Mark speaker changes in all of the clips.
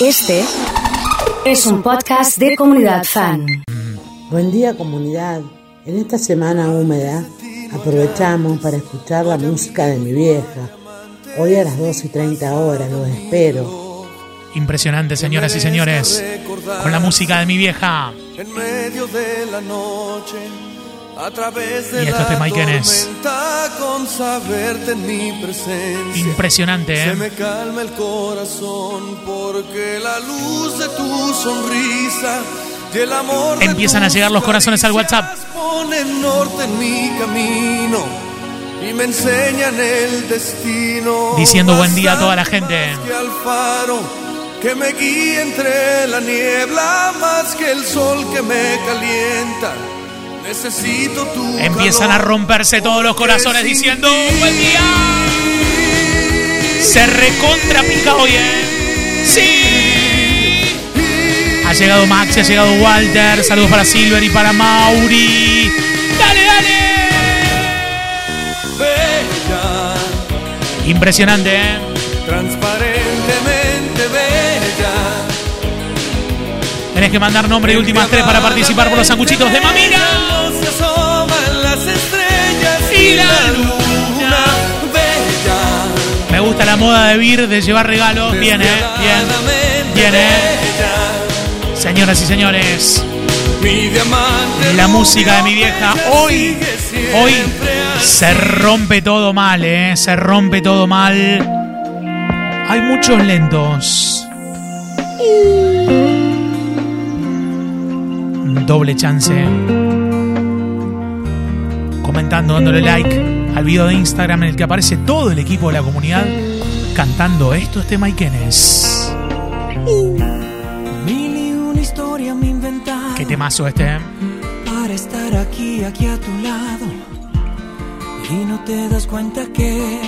Speaker 1: Este es un podcast de comunidad fan.
Speaker 2: Buen día comunidad. En esta semana húmeda aprovechamos para escuchar la música de mi vieja. Hoy a las 12 y 30 horas, los espero.
Speaker 3: Impresionante, señoras y señores. Con la música de mi vieja.
Speaker 4: En medio de la noche, a través
Speaker 3: Y
Speaker 4: de
Speaker 3: esto es
Speaker 4: la
Speaker 3: de Mike Enes.
Speaker 4: tormenta, con saberte en mi presencia.
Speaker 3: Impresionante,
Speaker 4: Se
Speaker 3: ¿eh?
Speaker 4: me calma el corazón porque la luz de tu sonrisa y el amor de
Speaker 3: Empiezan a
Speaker 4: tus
Speaker 3: llegar los corazones al
Speaker 4: caricias
Speaker 3: WhatsApp.
Speaker 4: Ponen norte en mi camino y me enseñan el destino.
Speaker 3: Diciendo buen día a toda la
Speaker 4: Bastante
Speaker 3: gente.
Speaker 4: más que al faro que me guía entre la niebla más que el sol que me calienta. Necesito tu
Speaker 3: Empiezan a
Speaker 4: calor.
Speaker 3: romperse todos los corazones diciendo buen día. Se recontra pica hoy, ¿eh? Sí. Ha llegado Maxi, ha llegado Walter. Saludos para Silver y para Mauri. Dale, dale.
Speaker 4: Bella,
Speaker 3: Impresionante, ¿eh?
Speaker 4: transparentemente bella.
Speaker 3: Tenés que mandar nombre y últimas tres para participar por los sanguchitos de Mamina.
Speaker 4: Se asoman las estrellas
Speaker 3: Y la luna.
Speaker 4: bella.
Speaker 3: Me gusta la moda de Vir de llevar regalos. Bien, eh. Bien.
Speaker 4: despiadadamente
Speaker 3: Bien, eh.
Speaker 4: bella.
Speaker 3: Señoras y señores.
Speaker 4: Mi diamante
Speaker 3: La
Speaker 4: rubio
Speaker 3: música de mi vieja
Speaker 4: que
Speaker 3: hoy,
Speaker 4: sigue siempre
Speaker 3: hoy
Speaker 4: al-
Speaker 3: se rompe todo mal, ¿eh? Se rompe todo mal. Hay muchos lentos. Doble chance. Comentando, dándole like al video de Instagram en el que aparece todo el equipo de la comunidad cantando esto este Mike Enes.
Speaker 5: Mil y una historia me inventaron
Speaker 3: Qué temazo este, ¿eh?
Speaker 5: para estar aquí, aquí a tu lado. Y no te das cuenta que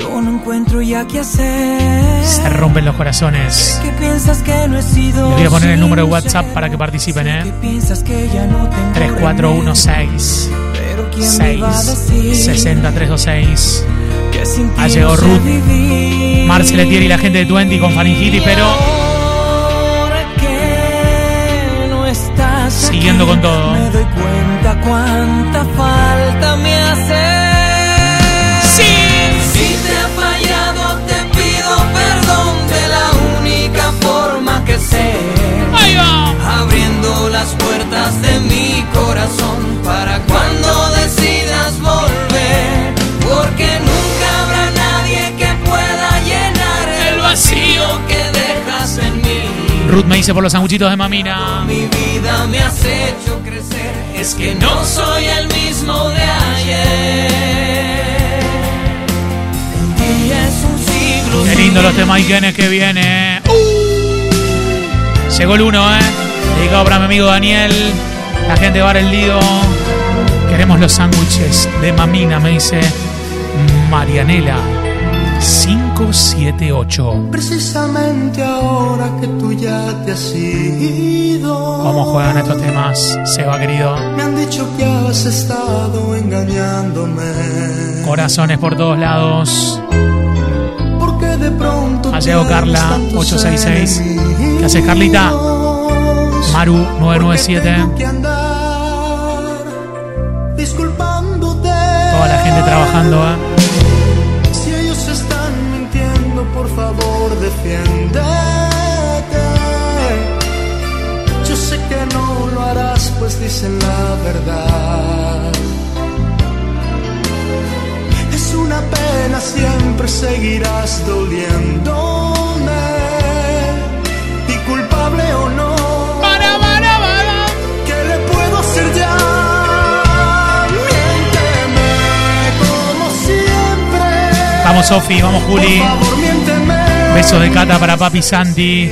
Speaker 5: yo no encuentro ya qué hacer.
Speaker 3: Se rompen los corazones.
Speaker 5: que piensas que no he sido.
Speaker 3: Le voy a poner el número de
Speaker 5: sincero.
Speaker 3: WhatsApp para que participen,
Speaker 5: Sé
Speaker 3: ¿eh?
Speaker 5: que piensas que ya no tengo
Speaker 3: 3416
Speaker 5: remedio, Pero quién me va a
Speaker 3: 6
Speaker 5: decir
Speaker 3: 60 326
Speaker 5: que sin ti
Speaker 3: Ha llegado
Speaker 5: no sé
Speaker 3: Ah, Ruth,
Speaker 5: vivir?
Speaker 3: Marcel Etier y la gente de Twenty con Faringiti, pero
Speaker 5: Ahora que no estás
Speaker 3: Siguiendo
Speaker 5: aquí,
Speaker 3: con todo.
Speaker 5: Me doy cuenta cuánta falta me hace.
Speaker 3: ¡Sí!
Speaker 5: Si te he fallado, te pido perdón de la única forma que sé.
Speaker 3: ¡Ahí va!
Speaker 5: Abriendo las puertas de mi corazón para cuando decidas volver. Porque nunca habrá nadie que pueda llenar el vacío que dejas en mí.
Speaker 3: Ruth me dice por los sanguchitos de mamina.
Speaker 5: Mi vida me has hecho crecer, es que no soy el mismo de ayer. Un día es un siglo.
Speaker 3: Qué lindo los temas Ikenes que viene. eh. ¡Uh! Llegó el uno, ¿eh? Dedicado para mi amigo Daniel. La gente de Bar El Lío. Queremos los sándwiches de mamina, me dice Marianela. 578.
Speaker 4: Precisamente ahora que tú ya te has ido.
Speaker 3: ¿Cómo juegan estos temas, Seba querido?
Speaker 4: Me han dicho que has estado engañándome.
Speaker 3: Corazones por todos lados.
Speaker 4: Porque de pronto.
Speaker 3: Ha llegado Carla,
Speaker 4: tienes tantos
Speaker 3: 866. ¿Qué haces, Carlita?
Speaker 4: enemigos?
Speaker 3: Maru
Speaker 4: Porque
Speaker 3: 997.
Speaker 4: tengo que andar disculpándote.
Speaker 3: Toda la gente trabajando, ¿eh?
Speaker 4: Si ellos están mintiendo, por favor, defiéndete. Yo sé que no lo harás, pues dicen la verdad. Es una pena, siempre seguirás doliéndome. Y culpable o no, ¿qué le puedo hacer ya? Miénteme como siempre.
Speaker 3: Vamos, Sofi, vamos, Juli. Besos de Cata para Papi Santi.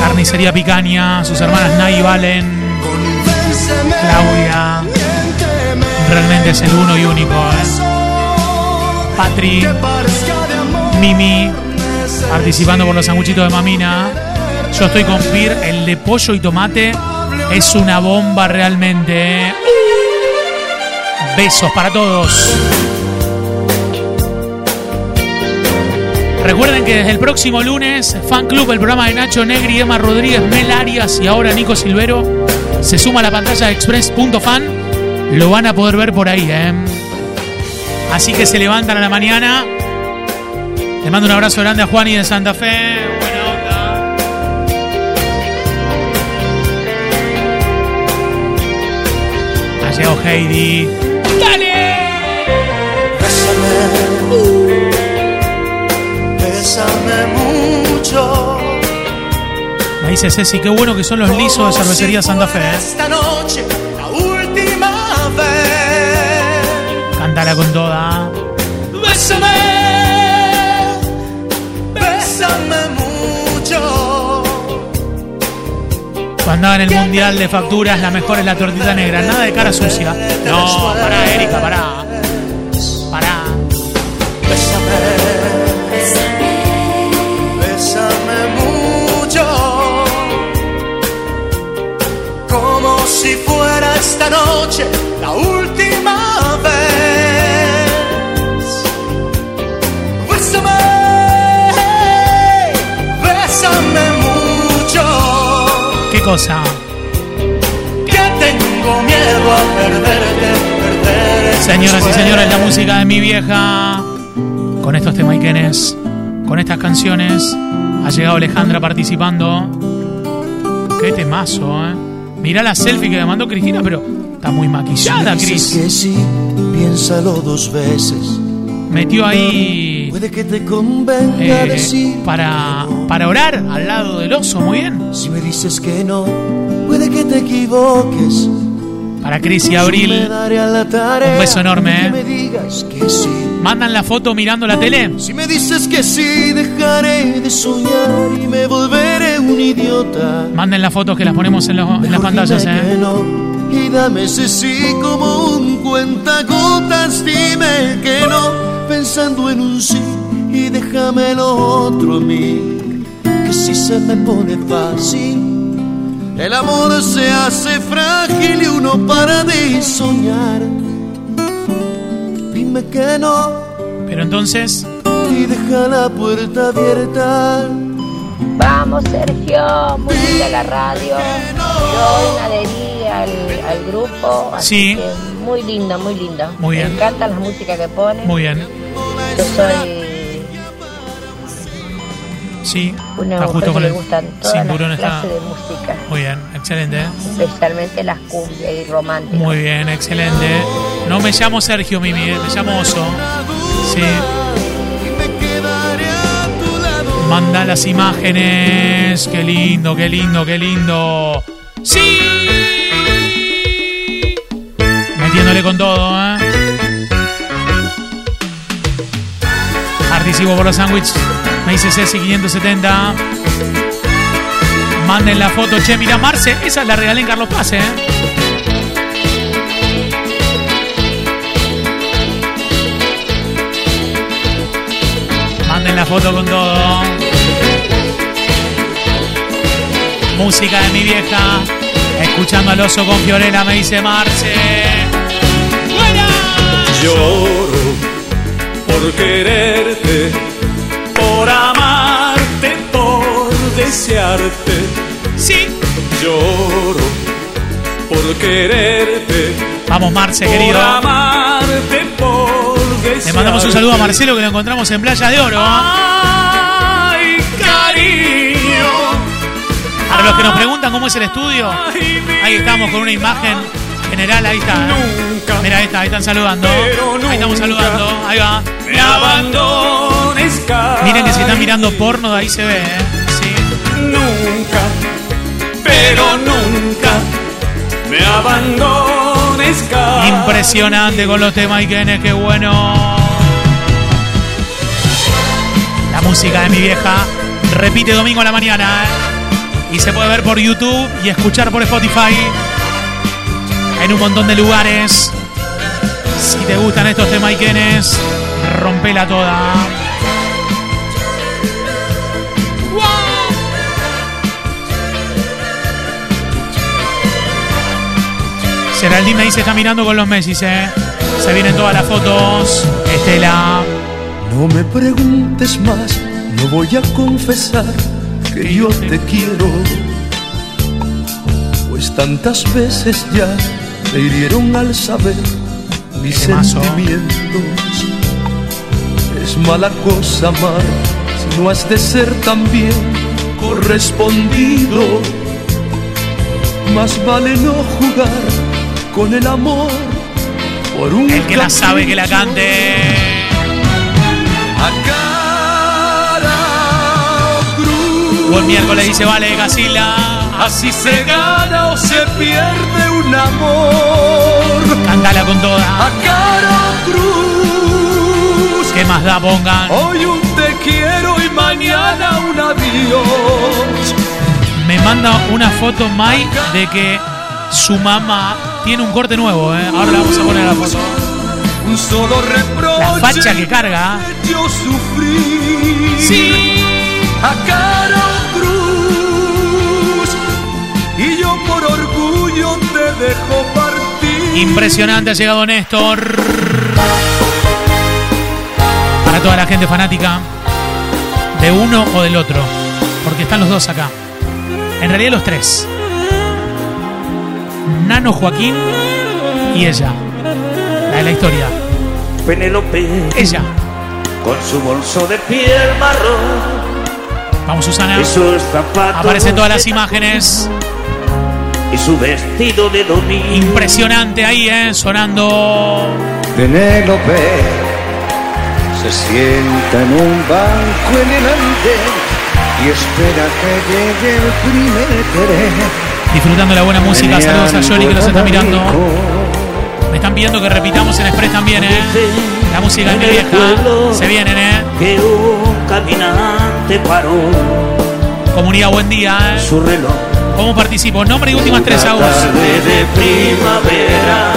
Speaker 3: Carnicería Picaña. Sus hermanas Nay y Valen. Claudia. Realmente es el uno y único, ¿eh? Patri, Mimi. Participando por los sanguchitos de mamina. Yo estoy con Pir. El de pollo y tomate es una bomba realmente, ¿eh? Besos para todos. Recuerden que desde el próximo lunes, Fan Club, el programa de Nacho Negri, Emma Rodríguez, Mel Arias y ahora Nico Silvero, se suma a la pantalla de express.fan. Lo van a poder ver por ahí, ¿eh? Así que se levantan a la mañana. Le mando un abrazo grande a Juani de Santa Fe. Buena onda. Ha llegado Heidi.
Speaker 6: Bésame mucho.
Speaker 3: Me dice Ceci, qué bueno que son los
Speaker 4: Oh,
Speaker 3: lisos de Cervecería Santa Fe. ¿eh?
Speaker 6: Esta noche, la última vez.
Speaker 3: Cántala con toda.
Speaker 6: Bésame. Bésame mucho.
Speaker 3: Cuando andaba en el mundial de facturas, la mejor es la tortita negra. Nada de cara sucia. No, pará, Erika, pará. Pará.
Speaker 6: Bésame. Bésame mucho. Como si fuera esta noche la última vez. Bésame. Bésame mucho.
Speaker 3: ¿Qué cosa?
Speaker 6: Que tengo miedo a perderte, perderte.
Speaker 3: Señoras y señores, la música de mi vieja. Con estos temaiquenes, con estas canciones, ha llegado Alejandra participando. Qué temazo, ¿eh? Mirá la selfie que me mandó Cristina, pero está muy maquillada,
Speaker 7: Dices
Speaker 3: Cris.
Speaker 7: que sí, piénsalo dos veces.
Speaker 3: Metió ahí
Speaker 7: Puede que te convenga
Speaker 3: eh,
Speaker 7: decir
Speaker 3: para,
Speaker 7: que no.
Speaker 3: para orar al lado del oso, muy bien.
Speaker 7: Si me dices que no, puede que te equivoques.
Speaker 3: Para Cris y
Speaker 7: Me
Speaker 3: Abril.
Speaker 7: daré a la tarea
Speaker 3: Un beso enorme,
Speaker 7: de
Speaker 3: eh.
Speaker 7: Que me digas que sí.
Speaker 3: Mandan la foto mirando la tele.
Speaker 7: Si me dices que sí, dejaré de soñar y me volveré un idiota.
Speaker 3: Manden las fotos que las ponemos en, los- en las
Speaker 7: Mejor
Speaker 3: pantallas,
Speaker 7: dime que
Speaker 3: ¿eh?
Speaker 7: no, y dame ese sí como un cuentagotas, dime que no, pensando en un sí y déjame lo otro a mí, que si se me pone fácil, el amor se hace frágil y uno para de soñar. Dime que no
Speaker 3: Pero entonces,
Speaker 7: y deja la puerta abierta.
Speaker 8: Vamos, Sergio, muy linda la radio. Yo me adherí al, al grupo.
Speaker 3: Sí.
Speaker 8: así que muy linda, muy linda.
Speaker 3: Muy bien.
Speaker 8: Me encantan las músicas que ponen.
Speaker 3: muy bien.
Speaker 8: Yo soy
Speaker 3: Sí,
Speaker 8: una mujer
Speaker 3: está justo
Speaker 8: que
Speaker 3: con
Speaker 8: le
Speaker 3: el
Speaker 8: gustan todas
Speaker 3: cinturón.
Speaker 8: las
Speaker 3: Está
Speaker 8: clases de música,
Speaker 3: muy bien, excelente. ¿eh?
Speaker 8: especialmente las cumbias y románticas.
Speaker 3: Muy bien, excelente. No me llamo Sergio Mimi, eh, me llamo Oso. Sí. Manda las imágenes. Qué lindo, qué lindo, qué lindo. ¡Sí! Metiéndole con todo, ¿eh? Participo por los sándwiches. Me dice Ceci 570. Manden la foto, che, mira Marce, esa la regalé en Carlos Paz, ¿eh? Manden la foto con todo. Música de mi vieja. Escuchando al oso con Fiorella, me dice Marce. ¡Fuera!
Speaker 4: Lloro por quererte, por amarte, por desearte.
Speaker 3: Sí.
Speaker 4: Lloro por quererte,
Speaker 3: Vamos, Marce,
Speaker 4: por
Speaker 3: Eh, querido.
Speaker 4: amarte, por desearte.
Speaker 3: Le mandamos un saludo a Marcelo que lo encontramos en Playa de Oro.
Speaker 4: Ah. Ay, cariño.
Speaker 3: Para los que nos preguntan cómo es el estudio,
Speaker 4: ay, mi
Speaker 3: ahí estamos con una imagen general. Ahí está.
Speaker 4: Nunca.
Speaker 3: Mira, ahí está, ahí están saludando.
Speaker 4: Pero
Speaker 3: Ahí estamos
Speaker 4: nunca.
Speaker 3: saludando. Ahí va.
Speaker 4: Me abandones, cariño.
Speaker 3: Miren que si están mirando porno, de ahí se ve, ¿eh? Sí.
Speaker 4: Nunca, pero nunca me abandones, cariño.
Speaker 3: Impresionante con los temas Ikenes, qué bueno. La música de mi vieja repite domingo a la mañana. ¿eh? Y se puede ver por YouTube y escuchar por Spotify. En un montón de lugares. Si te gustan estos temas Ikenes, rompela toda. Geraldine me dice está mirando con los Messi, ¿eh? Se vienen todas las fotos. Estela.
Speaker 7: No me preguntes más
Speaker 9: No voy a confesar que yo te quiero, pues tantas veces ya me hirieron al saber mis
Speaker 3: Temazo.
Speaker 9: sentimientos. Es mala cosa amar si no has de ser también correspondido. Más vale no jugar con el amor por un
Speaker 3: El que la sabe que la
Speaker 9: capricho.
Speaker 3: cante.
Speaker 9: A cara cruz.
Speaker 3: Buen miércoles dice Vale Casila.
Speaker 9: Así se gana o se pierde un amor.
Speaker 3: Cántala con
Speaker 9: A
Speaker 4: Ah.
Speaker 3: toda.
Speaker 9: cara cruz.
Speaker 3: ¿Qué más da pongan?
Speaker 4: Oh.
Speaker 9: Hoy un te quiero y mañana un adiós.
Speaker 3: Me manda una foto Mai de que su mamá tiene un corte nuevo, ¿eh? Ahora la vamos a poner a la foto.
Speaker 9: Un solo reproche.
Speaker 3: La facha que carga. ¿eh?
Speaker 9: Yo sufrí.
Speaker 3: Sí.
Speaker 9: A cara cruz. Y yo por orgullo te dejo partir.
Speaker 3: Impresionante ha llegado Néstor. Para toda la gente fanática de uno o del otro. Porque están los dos acá. En realidad los tres. Nano Joaquín y ella. La de la historia.
Speaker 10: Penélope
Speaker 3: Ella.
Speaker 10: con su bolso de piel marrón
Speaker 3: Vamos Susana.
Speaker 10: y sus zapatos
Speaker 3: Aparecen todas las
Speaker 10: de-
Speaker 3: imágenes.
Speaker 10: y su vestido de domingo.
Speaker 3: Impresionante ahí, ¿eh? Sonando.
Speaker 11: Penélope se sienta en un banco en el andén y espera que llegue el primer tren.
Speaker 3: Disfrutando la buena música. Saludos a Yoli que nos está mirando. Me están pidiendo que repitamos en Express también, ¿eh? La música de mi vieja. Se vienen, ¿eh?
Speaker 10: que un caminante paró
Speaker 3: Comunidad, buen día, ¿eh?
Speaker 10: su reloj
Speaker 3: ¿Cómo participo? Nombre y últimas tres
Speaker 10: Una
Speaker 3: aulas.
Speaker 10: tarde de primavera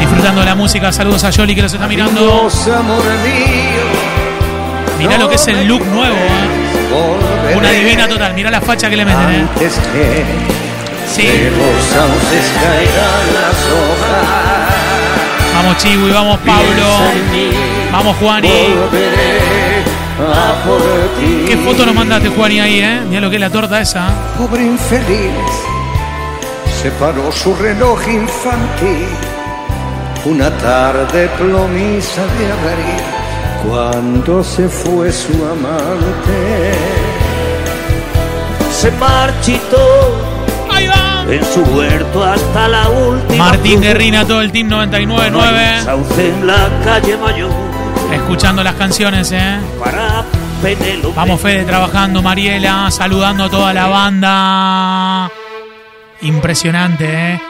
Speaker 3: Disfrutando de la música. Saludos a Yoli que nos está mirando.
Speaker 11: Adiós, amor mío.
Speaker 3: Mirá lo que es el look nuevo, ¿eh?
Speaker 11: Volveré
Speaker 3: Una divina total. Mirá la facha que le meten, ¿eh?
Speaker 11: Antes que de
Speaker 3: Sí.
Speaker 11: los sauces caerán las hojas.
Speaker 3: Vamos Chiwi, vamos Pablo.
Speaker 11: Piensa en mí.
Speaker 3: Vamos Juani.
Speaker 11: Volveré a por ti.
Speaker 3: ¿Qué foto nos mandaste, Juani, ahí, eh? Mira lo que es la torta esa.
Speaker 11: Pobre infeliz, separó su reloj infantil. Una tarde plomiza de abril, cuando se fue su amante.
Speaker 10: se marchitó
Speaker 3: ¡Ahí va!
Speaker 10: en su huerto hasta la última
Speaker 3: Martín
Speaker 10: flor.
Speaker 3: Guerrina, todo el team
Speaker 10: No hay
Speaker 3: 99.9.
Speaker 10: sauce en la calle mayor
Speaker 3: Escuchando las canciones, eh.
Speaker 10: para Penélope
Speaker 3: Vamos Fede trabajando, Mariela, saludando a toda la banda. Impresionante, eh.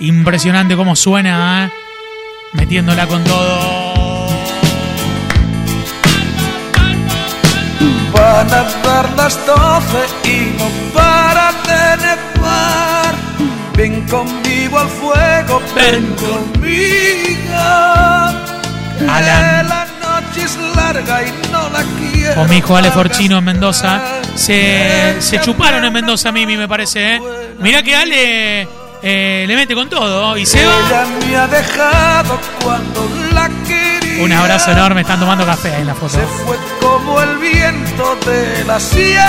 Speaker 3: Impresionante cómo suena, eh. Metiéndola con todo.
Speaker 4: Van a dar las doce y no para de par. Ven conmigo al fuego, ven conmigo. que
Speaker 3: Alan.
Speaker 4: La noche es larga y no la quiero.
Speaker 3: Con mi hijo Ale Forchino en
Speaker 4: malgastar.
Speaker 3: Mendoza. Se,
Speaker 4: Ven,
Speaker 3: se
Speaker 4: que
Speaker 3: chuparon en Mendoza, Mimi, me parece. ¿eh? Mirá que Ale eh, le mete con todo y se va.
Speaker 4: Ella me ha dejado cuando la quería.
Speaker 3: Un abrazo enorme, están tomando café en la foto.
Speaker 4: Se fue como el viento de la sierra.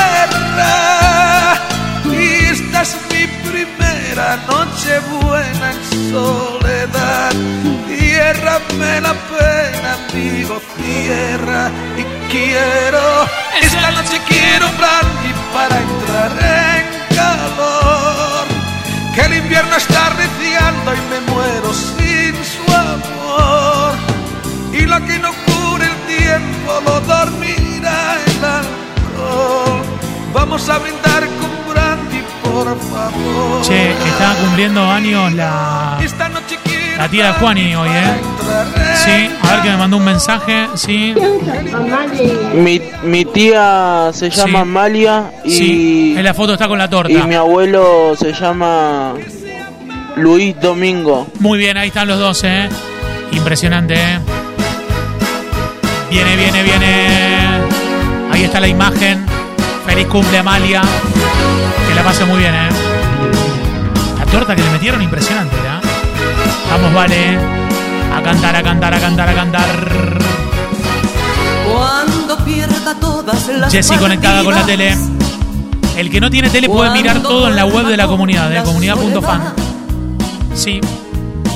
Speaker 4: Y esta es mi primera noche buena en soledad. Ciérrame la pena, amigo, tierra. Y quiero, esta noche quiero un brandy para entrar en calor. Que el invierno está arreciando y me muero sin su amor. Y la que no cure el tiempo lo dormirá el alcohol. Vamos a brindar con brandy, por favor.
Speaker 3: Che, estaba cumpliendo años la,
Speaker 4: Esta noche quiero
Speaker 3: la tía de Juani hoy, ¿eh?
Speaker 4: entrar en
Speaker 3: Sí, a ver que me mandó un mensaje, sí.
Speaker 12: Mi, mi tía se
Speaker 3: Sí.
Speaker 12: llama Amalia y,
Speaker 3: Sí, en la foto está con la
Speaker 12: y
Speaker 3: torta.
Speaker 12: mi abuelo se llama Luis Domingo.
Speaker 3: Muy bien, ahí están los dos, ¿eh? Impresionante, ¿eh? Viene, viene, viene. Ahí está la imagen. Feliz cumple, Amalia. Que la pase muy bien, ¿eh? La torta que le metieron, impresionante, ¿eh? Vamos, vale. A cantar, a cantar, a cantar, a cantar.
Speaker 5: Cuando abierta todas las
Speaker 3: Jessy conectada con la tele. El que no tiene tele puede mirar todo en la web de la comunidad, de comunidad.fan. Sí.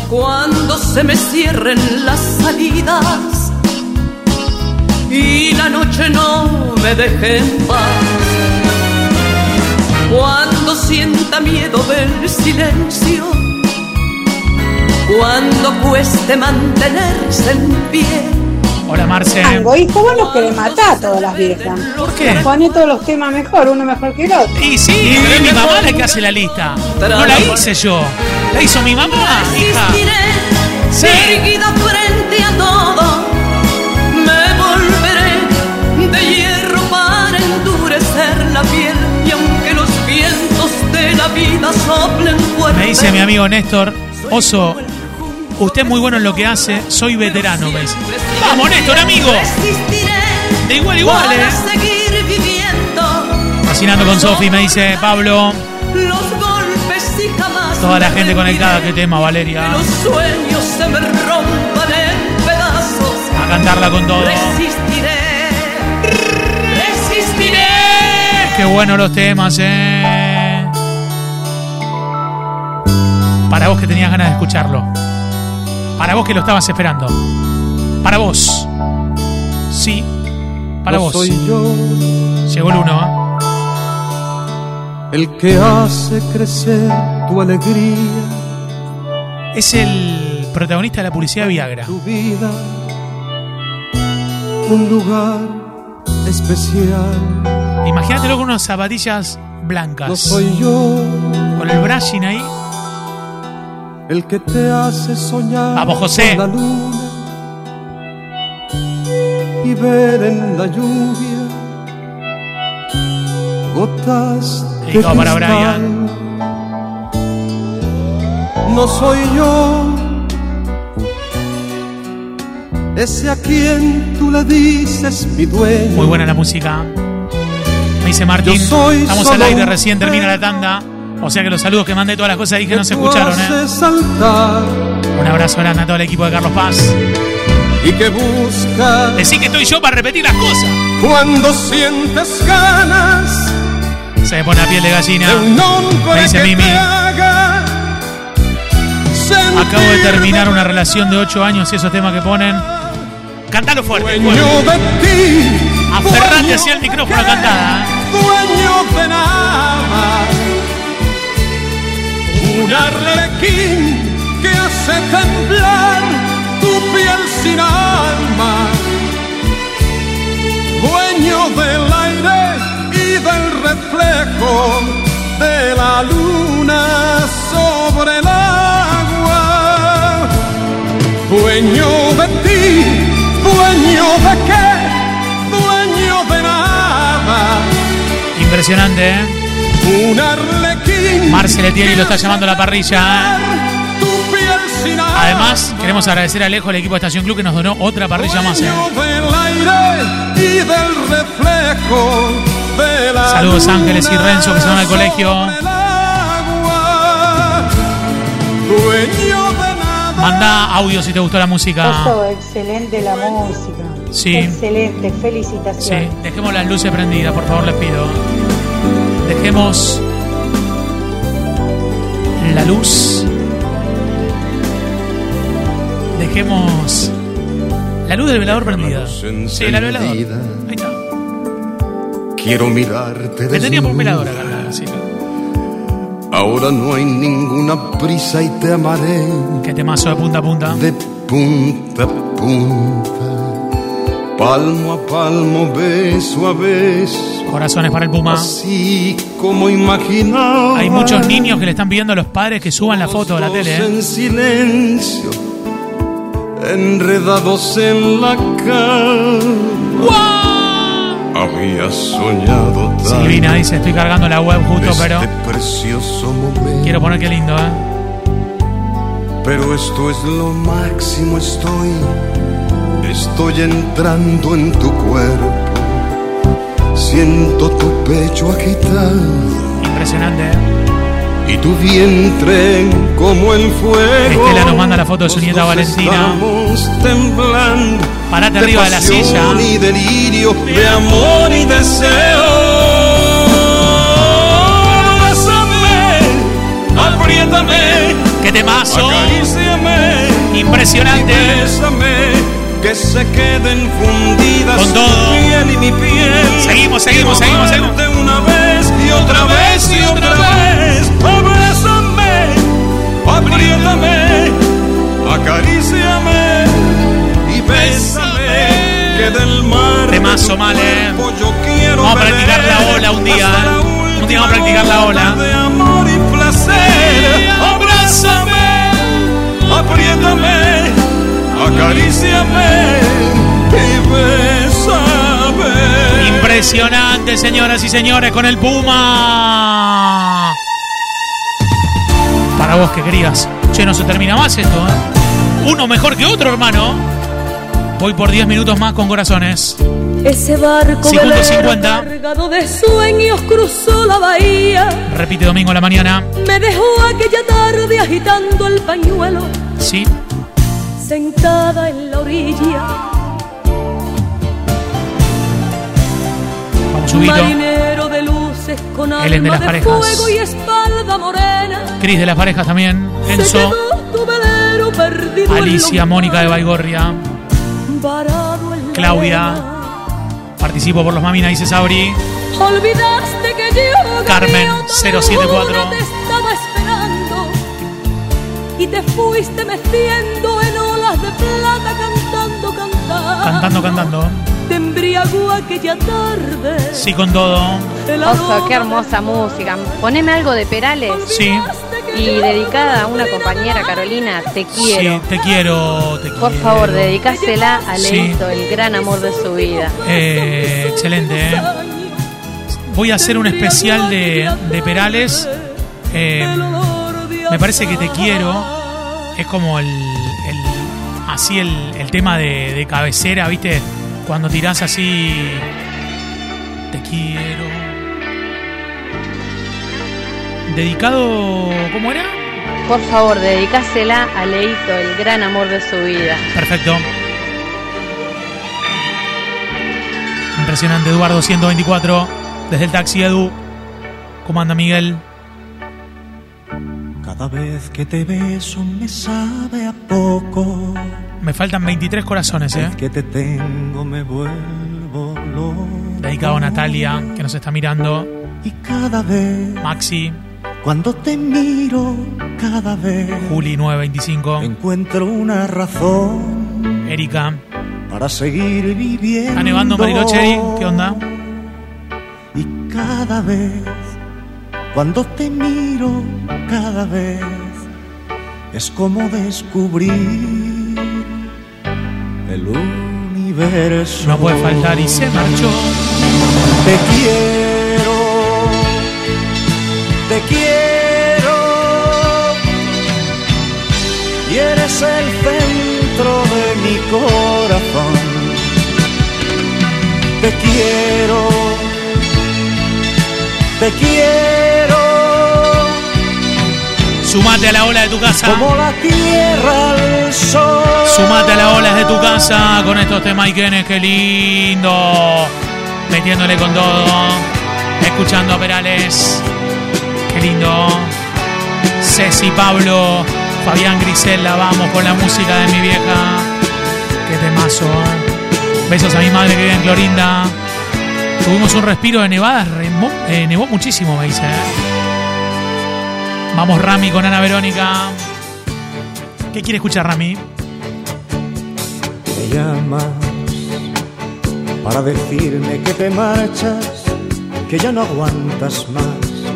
Speaker 5: Cuando se me cierren las salidas y la noche no me deje en paz. Cuando sienta miedo del silencio. Cuando cueste mantenerse en pie.
Speaker 3: Hola Marce.
Speaker 13: Angoy Joven los que le mata a todas las viejas.
Speaker 3: ¿Por qué?
Speaker 13: Pone todos los temas mejor, uno mejor que el otro.
Speaker 3: Y sí, es mi mamá la que hace la lista. No la hice yo. La hizo mi mamá, hija.
Speaker 5: Sí. Erguida frente a todo, me volveré de hierro para endurecer la piel. Y aunque los vientos de la vida soplen fuerte.
Speaker 3: Me dice mi amigo Néstor, oso, Usted es muy bueno en lo que hace, soy veterano, me dice. Vamos, Néstor, amigo. De igual, igual, eh. Fascinando con Sofi, me dice Pablo. Toda la gente conectada, qué tema, Valeria. A cantarla con todo. Qué bueno los temas, eh. Para vos que tenías ganas de escucharlo. Para vos que lo estabas esperando. Para vos. Sí. Para
Speaker 4: no
Speaker 3: vos.
Speaker 4: Soy yo.
Speaker 3: Llegó el uno.
Speaker 4: ¿eh? El que hace crecer tu alegría.
Speaker 3: ¿eh? Es el protagonista de la publicidad de Viagra.
Speaker 4: Tu vida. Un lugar especial.
Speaker 3: Imagínatelo con unas zapatillas blancas.
Speaker 4: No soy yo.
Speaker 3: Con el brushing ahí
Speaker 4: el que te hace soñar
Speaker 3: Vamos, José.
Speaker 4: Con la luna y ver en la lluvia gotas de
Speaker 3: Dedicado para
Speaker 4: cristal.
Speaker 3: Brian.
Speaker 4: No soy yo ese a quien tú le dices mi dueño.
Speaker 3: Muy buena la música. Me dice Martín.
Speaker 4: Yo soy
Speaker 3: Estamos al
Speaker 4: solo
Speaker 3: aire,
Speaker 4: un
Speaker 3: recién termina la tanda. O sea que los saludos que mandé, todas las cosas dije no se escucharon, ¿eh?
Speaker 4: haces saltar
Speaker 3: Un abrazo grande a todo el equipo de Carlos Paz.
Speaker 4: y que busca
Speaker 3: Decí que estoy yo para repetir las cosas.
Speaker 4: cuando sientes ganas
Speaker 3: Se me pone la piel de gallina.
Speaker 7: Eh,
Speaker 4: de un hombre
Speaker 3: Me Ah, dice
Speaker 4: que
Speaker 3: Mimi.
Speaker 4: te haga
Speaker 3: Acabo de
Speaker 4: sentir
Speaker 3: terminar una relación de 8 años y esos temas que ponen. Cantalo fuerte.
Speaker 4: dueño
Speaker 3: fuerte.
Speaker 4: de ti,
Speaker 3: Aferrate
Speaker 4: dueño
Speaker 3: hacia el
Speaker 4: de
Speaker 3: micrófono
Speaker 4: qué,
Speaker 3: cantada. ¿eh?
Speaker 4: dueño de nada. Un arlequín que hace temblar tu piel sin alma. Dueño del aire y del reflejo de la luna sobre el agua. Dueño de ti, dueño de qué, dueño de nada.
Speaker 3: Impresionante, ¿eh?
Speaker 4: Un arlequín.
Speaker 3: Marcel Etieri lo está llamando a la parrilla. ¿eh?
Speaker 4: Tu piel sin alma,
Speaker 3: Además, queremos agradecer a Alejo, el equipo de Estación Club, que nos donó otra parrilla más. ¿eh?
Speaker 4: dueño del aire y del reflejo de la
Speaker 3: Saludos,
Speaker 4: luna
Speaker 3: Ángeles y Renzo, que se van al colegio.
Speaker 4: sobre el agua. Dueño de nada.
Speaker 3: Manda audio si te gustó la música.
Speaker 13: Oso, excelente la música.
Speaker 3: Ah. Sí.
Speaker 13: Excelente,
Speaker 3: Sí,
Speaker 13: felicitaciones.
Speaker 3: dejemos las luces prendidas, por favor, les pido. Dejemos la luz. Dejemos la luz del velador prendida. Sí, la luz del velador. Ahí está.
Speaker 14: Quiero mirarte
Speaker 3: Me tenía por un velador
Speaker 14: desnuda.
Speaker 3: acá. sí.
Speaker 14: Ahora no hay ninguna prisa y te amaré
Speaker 3: Qué temazo de punta a punta.
Speaker 14: de punta a punta. Palmo a palmo, beso a beso,
Speaker 3: Corazones para el Puma.
Speaker 14: así como imaginaba.
Speaker 3: Hay muchos niños que le están pidiendo a los padres que suban la foto de la tele. ¿eh?
Speaker 14: en silencio, enredados en la cama. Había soñado tanto
Speaker 3: Silvina dice, estoy cargando la web
Speaker 14: de
Speaker 3: justo,
Speaker 14: este
Speaker 3: pero
Speaker 14: precioso momento.
Speaker 3: quiero poner qué lindo, ¿eh?
Speaker 14: Pero esto es lo máximo, estoy, estoy entrando en tu cuerpo. Siento tu pecho agitado
Speaker 3: Impresionante. ¿eh?
Speaker 4: y tu vientre como el fuego.
Speaker 3: Estela nos manda la foto de su nieta Valentina.
Speaker 4: Temblando
Speaker 3: Parate arriba de la
Speaker 4: pasión
Speaker 3: silla.
Speaker 4: y delirio, de amor y deseo. Bésame, apriétame,
Speaker 3: ¡Qué temazo!
Speaker 4: acaríciame
Speaker 3: Impresionante.
Speaker 4: y bésame, que se queden fundidas
Speaker 3: Con todo.
Speaker 4: tu piel y mi piel.
Speaker 3: Seguimos, seguimos, seguimos, seguimos.
Speaker 4: De una vez y otra vez y otra vez. Abrázame, apriétame, acaríciame y bésame. Que del mar
Speaker 3: Temazo, Male.
Speaker 4: de tu cuerpo yo quiero
Speaker 3: eh. Vamos a practicar la
Speaker 4: beber
Speaker 3: ola un día, ¿eh?
Speaker 4: hasta la
Speaker 3: Un día
Speaker 4: última
Speaker 3: vamos a practicar la ola.
Speaker 4: gota De amor y placer. Abrázame, apriétame, acaríciame y bésame.
Speaker 3: Impresionante, señoras y señores, con el Puma. Para vos que querías. Che, no se termina más esto, ¿eh? Uno mejor que otro, hermano. Voy por 10 minutos más con corazones.
Speaker 5: Ese barco velero
Speaker 3: 5.50.
Speaker 5: cargado de sueños cruzó la bahía.
Speaker 3: Repite domingo a la mañana.
Speaker 5: Me dejó aquella tarde agitando el pañuelo,
Speaker 3: Sí.
Speaker 5: sentada en la orilla.
Speaker 3: Vamos subito.
Speaker 5: Marinero de luces con
Speaker 3: Ellen de
Speaker 5: alma
Speaker 3: las
Speaker 5: de,
Speaker 3: parejas.
Speaker 5: fuego y espalda morena.
Speaker 3: Cris de las parejas también.
Speaker 5: Se
Speaker 3: Enzo.
Speaker 5: quedó tu velero perdido en
Speaker 3: Alicia,
Speaker 5: lo-
Speaker 3: Mónica de Baigorria.
Speaker 5: varado en la
Speaker 3: Claudia.
Speaker 5: arena.
Speaker 3: Participo por los mamina, dice Sabri.
Speaker 5: Olvidaste que yo
Speaker 3: Carmen,
Speaker 5: gaviota
Speaker 3: 074.
Speaker 5: alguna, te estaba esperando y te fuiste metiendo en olas de plata cantando cantar.
Speaker 3: Cantando, cantando.
Speaker 5: Te embriagó aquella tarde.
Speaker 3: Sí, con todo.
Speaker 8: Oso, qué hermosa música. Poneme algo de Perales.
Speaker 3: Sí.
Speaker 8: Y dedicada a una compañera, Carolina, te quiero.
Speaker 3: Sí, te quiero, te
Speaker 8: Por
Speaker 3: quiero.
Speaker 8: favor, dedicásela a
Speaker 3: Sí.
Speaker 8: Leito, el gran amor de su vida.
Speaker 3: Eh, excelente. ¿eh? Voy a hacer un especial de, de Perales. Eh, me parece que te quiero. Es como el, el- así el, el tema de, de cabecera, ¿viste? Cuando tirás así. Te quiero. Dedicado. ¿Cómo era?
Speaker 8: Por favor, dedicásela a Leito, el gran amor de su vida.
Speaker 3: Perfecto. Impresionante, Eduardo 124. Desde el taxi, Edu. ¿Cómo anda Miguel?
Speaker 7: Cada vez que te beso me sabe a poco.
Speaker 3: Me faltan 23 corazones, ¿eh?
Speaker 7: Que te tengo me vuelvo loco.
Speaker 3: Dedicado a Natalia, que nos está mirando.
Speaker 7: Y cada vez
Speaker 3: Maxi,
Speaker 7: cuando te miro, cada vez
Speaker 3: Juli 925.
Speaker 7: encuentro una razón
Speaker 3: Erika.
Speaker 7: para seguir viviendo.
Speaker 3: Está nevando en Bariloche, ¿qué onda?
Speaker 7: Cada vez cuando te miro, cada vez es como descubrir el universo.
Speaker 3: No puede faltar y se marchó.
Speaker 7: Te quiero, te quiero. Y eres el centro de mi corazón. Te quiero, te quiero.
Speaker 3: Sumate a la ola de tu casa.
Speaker 7: Como la tierra al sol.
Speaker 3: Sumate a la ola de tu casa con estos temas Ikenes, qué lindo. Metiéndole con todo. Escuchando a Perales. Qué lindo. Ceci Pablo. Fabián Grisela, vamos con la música de mi vieja. Qué temazo. ¿eh? Besos a mi madre que vive en Clorinda. Tuvimos un respiro de nevadas, remó- eh, nevó muchísimo, me dice. ¿eh? Vamos Rami con Ana Verónica. ¿Qué quiere escuchar Rami?
Speaker 7: Me llamas para decirme que te marchas, que ya no aguantas más,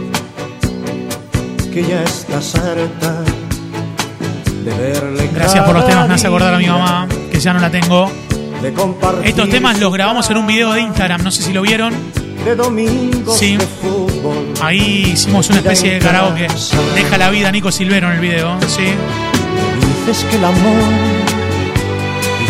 Speaker 7: que ya estás harta de verle
Speaker 3: Gracias por los temas, me hace acordar a mi mamá, que ya no la tengo.
Speaker 7: De compartir
Speaker 3: Estos temas los grabamos en un video de Instagram, no sé si lo vieron.
Speaker 7: de domingos
Speaker 3: Sí.
Speaker 7: de fútbol.
Speaker 3: Ahí hicimos una especie de karaoke. Deja la vida Nico Silvero en el video, sí. Ah.
Speaker 7: Dices que el amor,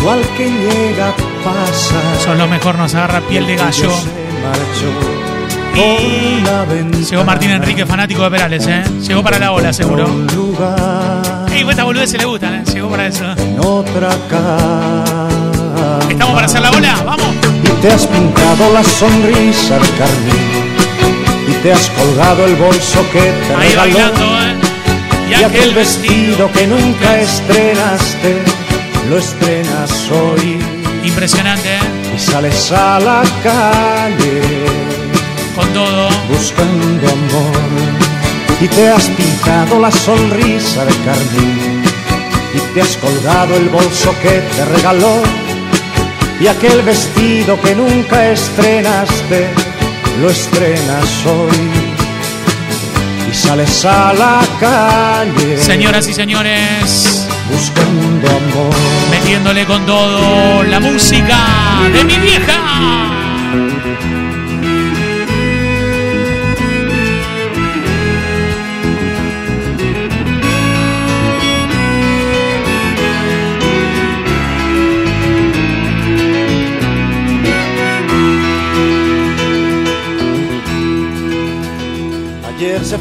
Speaker 7: igual que llega, pasa.
Speaker 3: Son lo mejor, nos agarra piel de
Speaker 7: Y el tuyo
Speaker 3: gallo.
Speaker 7: se marchó.
Speaker 3: Y llegó Martín Enrique, fanático de Perales, ¿eh? Llegó para la ola, seguro. Ey, esta boludez se le gustan, ¿eh? Llegó para eso.
Speaker 7: otra
Speaker 3: ¿Estamos para hacer la ola? ¡Vamos!
Speaker 7: Y te has pintado la sonrisa de carmín. Y te has colgado el bolso que te
Speaker 3: Ahí
Speaker 7: regaló.
Speaker 3: bailando, ¿eh?
Speaker 7: Y aquel vestido que nunca estrenaste, lo estrenas hoy.
Speaker 3: Impresionante, ¿eh?
Speaker 7: Y sales a la calle
Speaker 3: Con todo.
Speaker 7: buscando amor. Y te has pintado la sonrisa de carmín. Y te has colgado el bolso que te regaló. Y aquel vestido que nunca estrenaste, lo estrenas hoy. Y sales a la calle.
Speaker 3: Señoras y señores,
Speaker 7: Buscando amor.
Speaker 3: metiéndole con todo la música de mi vieja.
Speaker 7: Ayer se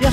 Speaker 7: y a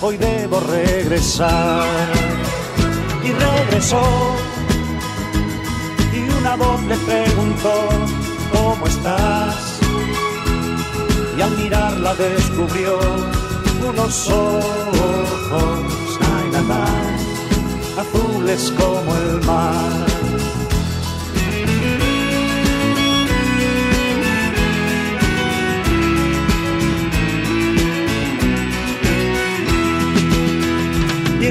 Speaker 7: hoy debo regresar. Y regresó y una voz le preguntó, ¿cómo estás? Y al mirarla descubrió unos ojos, ay, nada, azules como el mar. y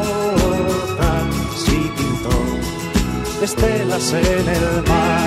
Speaker 7: y pintó estelas en el mar.